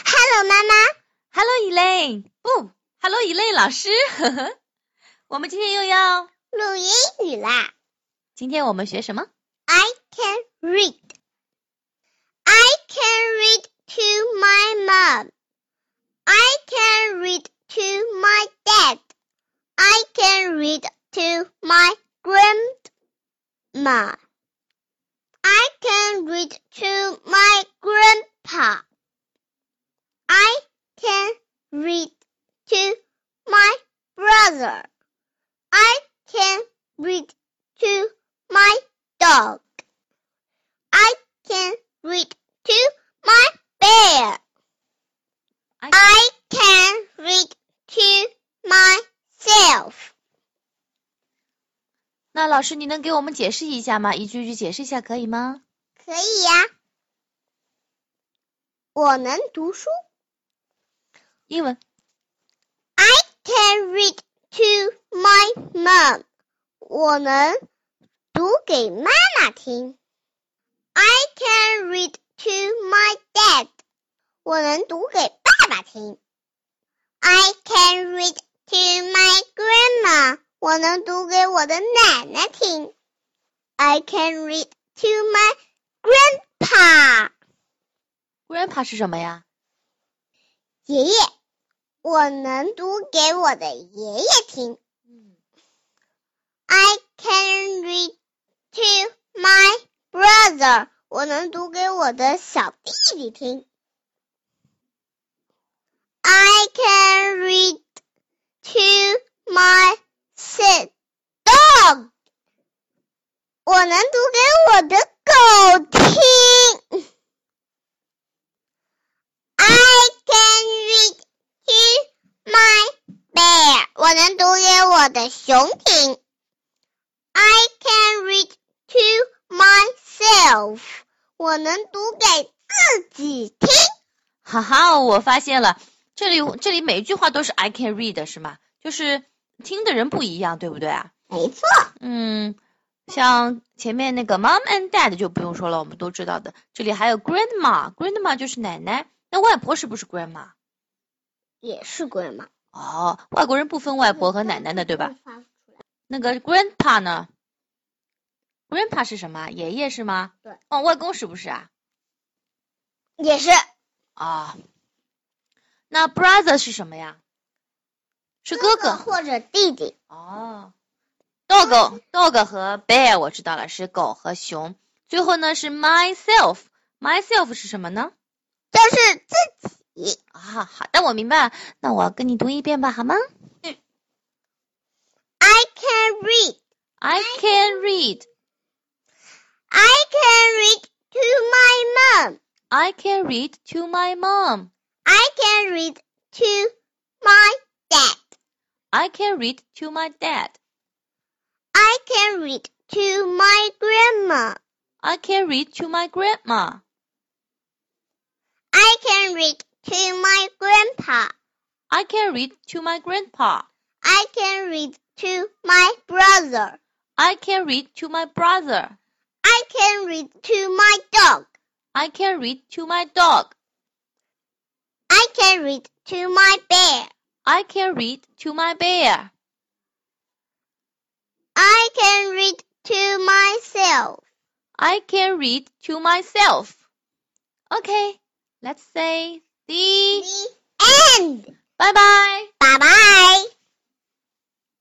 Hello，妈妈。 Hello Elaine，不，Hello Elaine 老师， 呵呵，我们今天又要，录英语啦今天我们学什么？ ！I can read. I can read to my mom. I can read to my dad. I can read to my grandma. I can read to my grandpa. I can read to my brother. I can read to my dog. I can read to my bear. I- I can read to myself. 那老师，你能给我们解释一下吗？一句一句解释一下可以吗？可以呀、我能读书。英文 Can read to my mom. 我能读给妈妈听。I can read to my dad. 我能读给爸爸听。I can read to my grandma. 我能读给我的奶奶听。I can read to my grandpa. grandpa 是什么呀？爷爷，我能读给我的爷爷听。嗯 I can read to my brother。我能读给我的小弟弟听。I can read to my sick dog。我能读给我的狗听。I can read to my bear。我能读给我的熊听。I can read to myself. 我能读给自己听。哈哈，我发现了，这里这里每一句话都是 I can read 是吗？就是听的人不一样，对不对啊？没错，嗯，像前面那个 mom and dad 就不用说了，我们都知道的。这里还有 grandma，grandma 就是奶奶，那外婆是不是 grandma？也是鬼嘛。哦，外国人不分外婆和奶奶的，对吧？？那个 grandpa 呢？grandpa 是什么啊？爷爷是吗？对。哦，外公是不是啊？也是啊、那 brother 是什么呀？是哥哥。或者弟弟。哦，dog dog 和 bear 我知道了，是狗和熊。最后呢是 myself myself 是什么呢？就是自啊，好的，我明白了。那我跟你读一遍吧，好吗 I can read. ？I can read, I can read to my mom. I can read to my mom, I can read to my dad. I can read to my dad, I can read to my grandma. I can read to my grandma, I can read to my grandpa. I can read to my grandpa, I can read to my brother. I can read to my brother, I can read to my dog. I can read to my dog, I can read to my bear. I can read to my bear, I can read to myself. I can read to myself. Okay, let's say the The end. bye bye.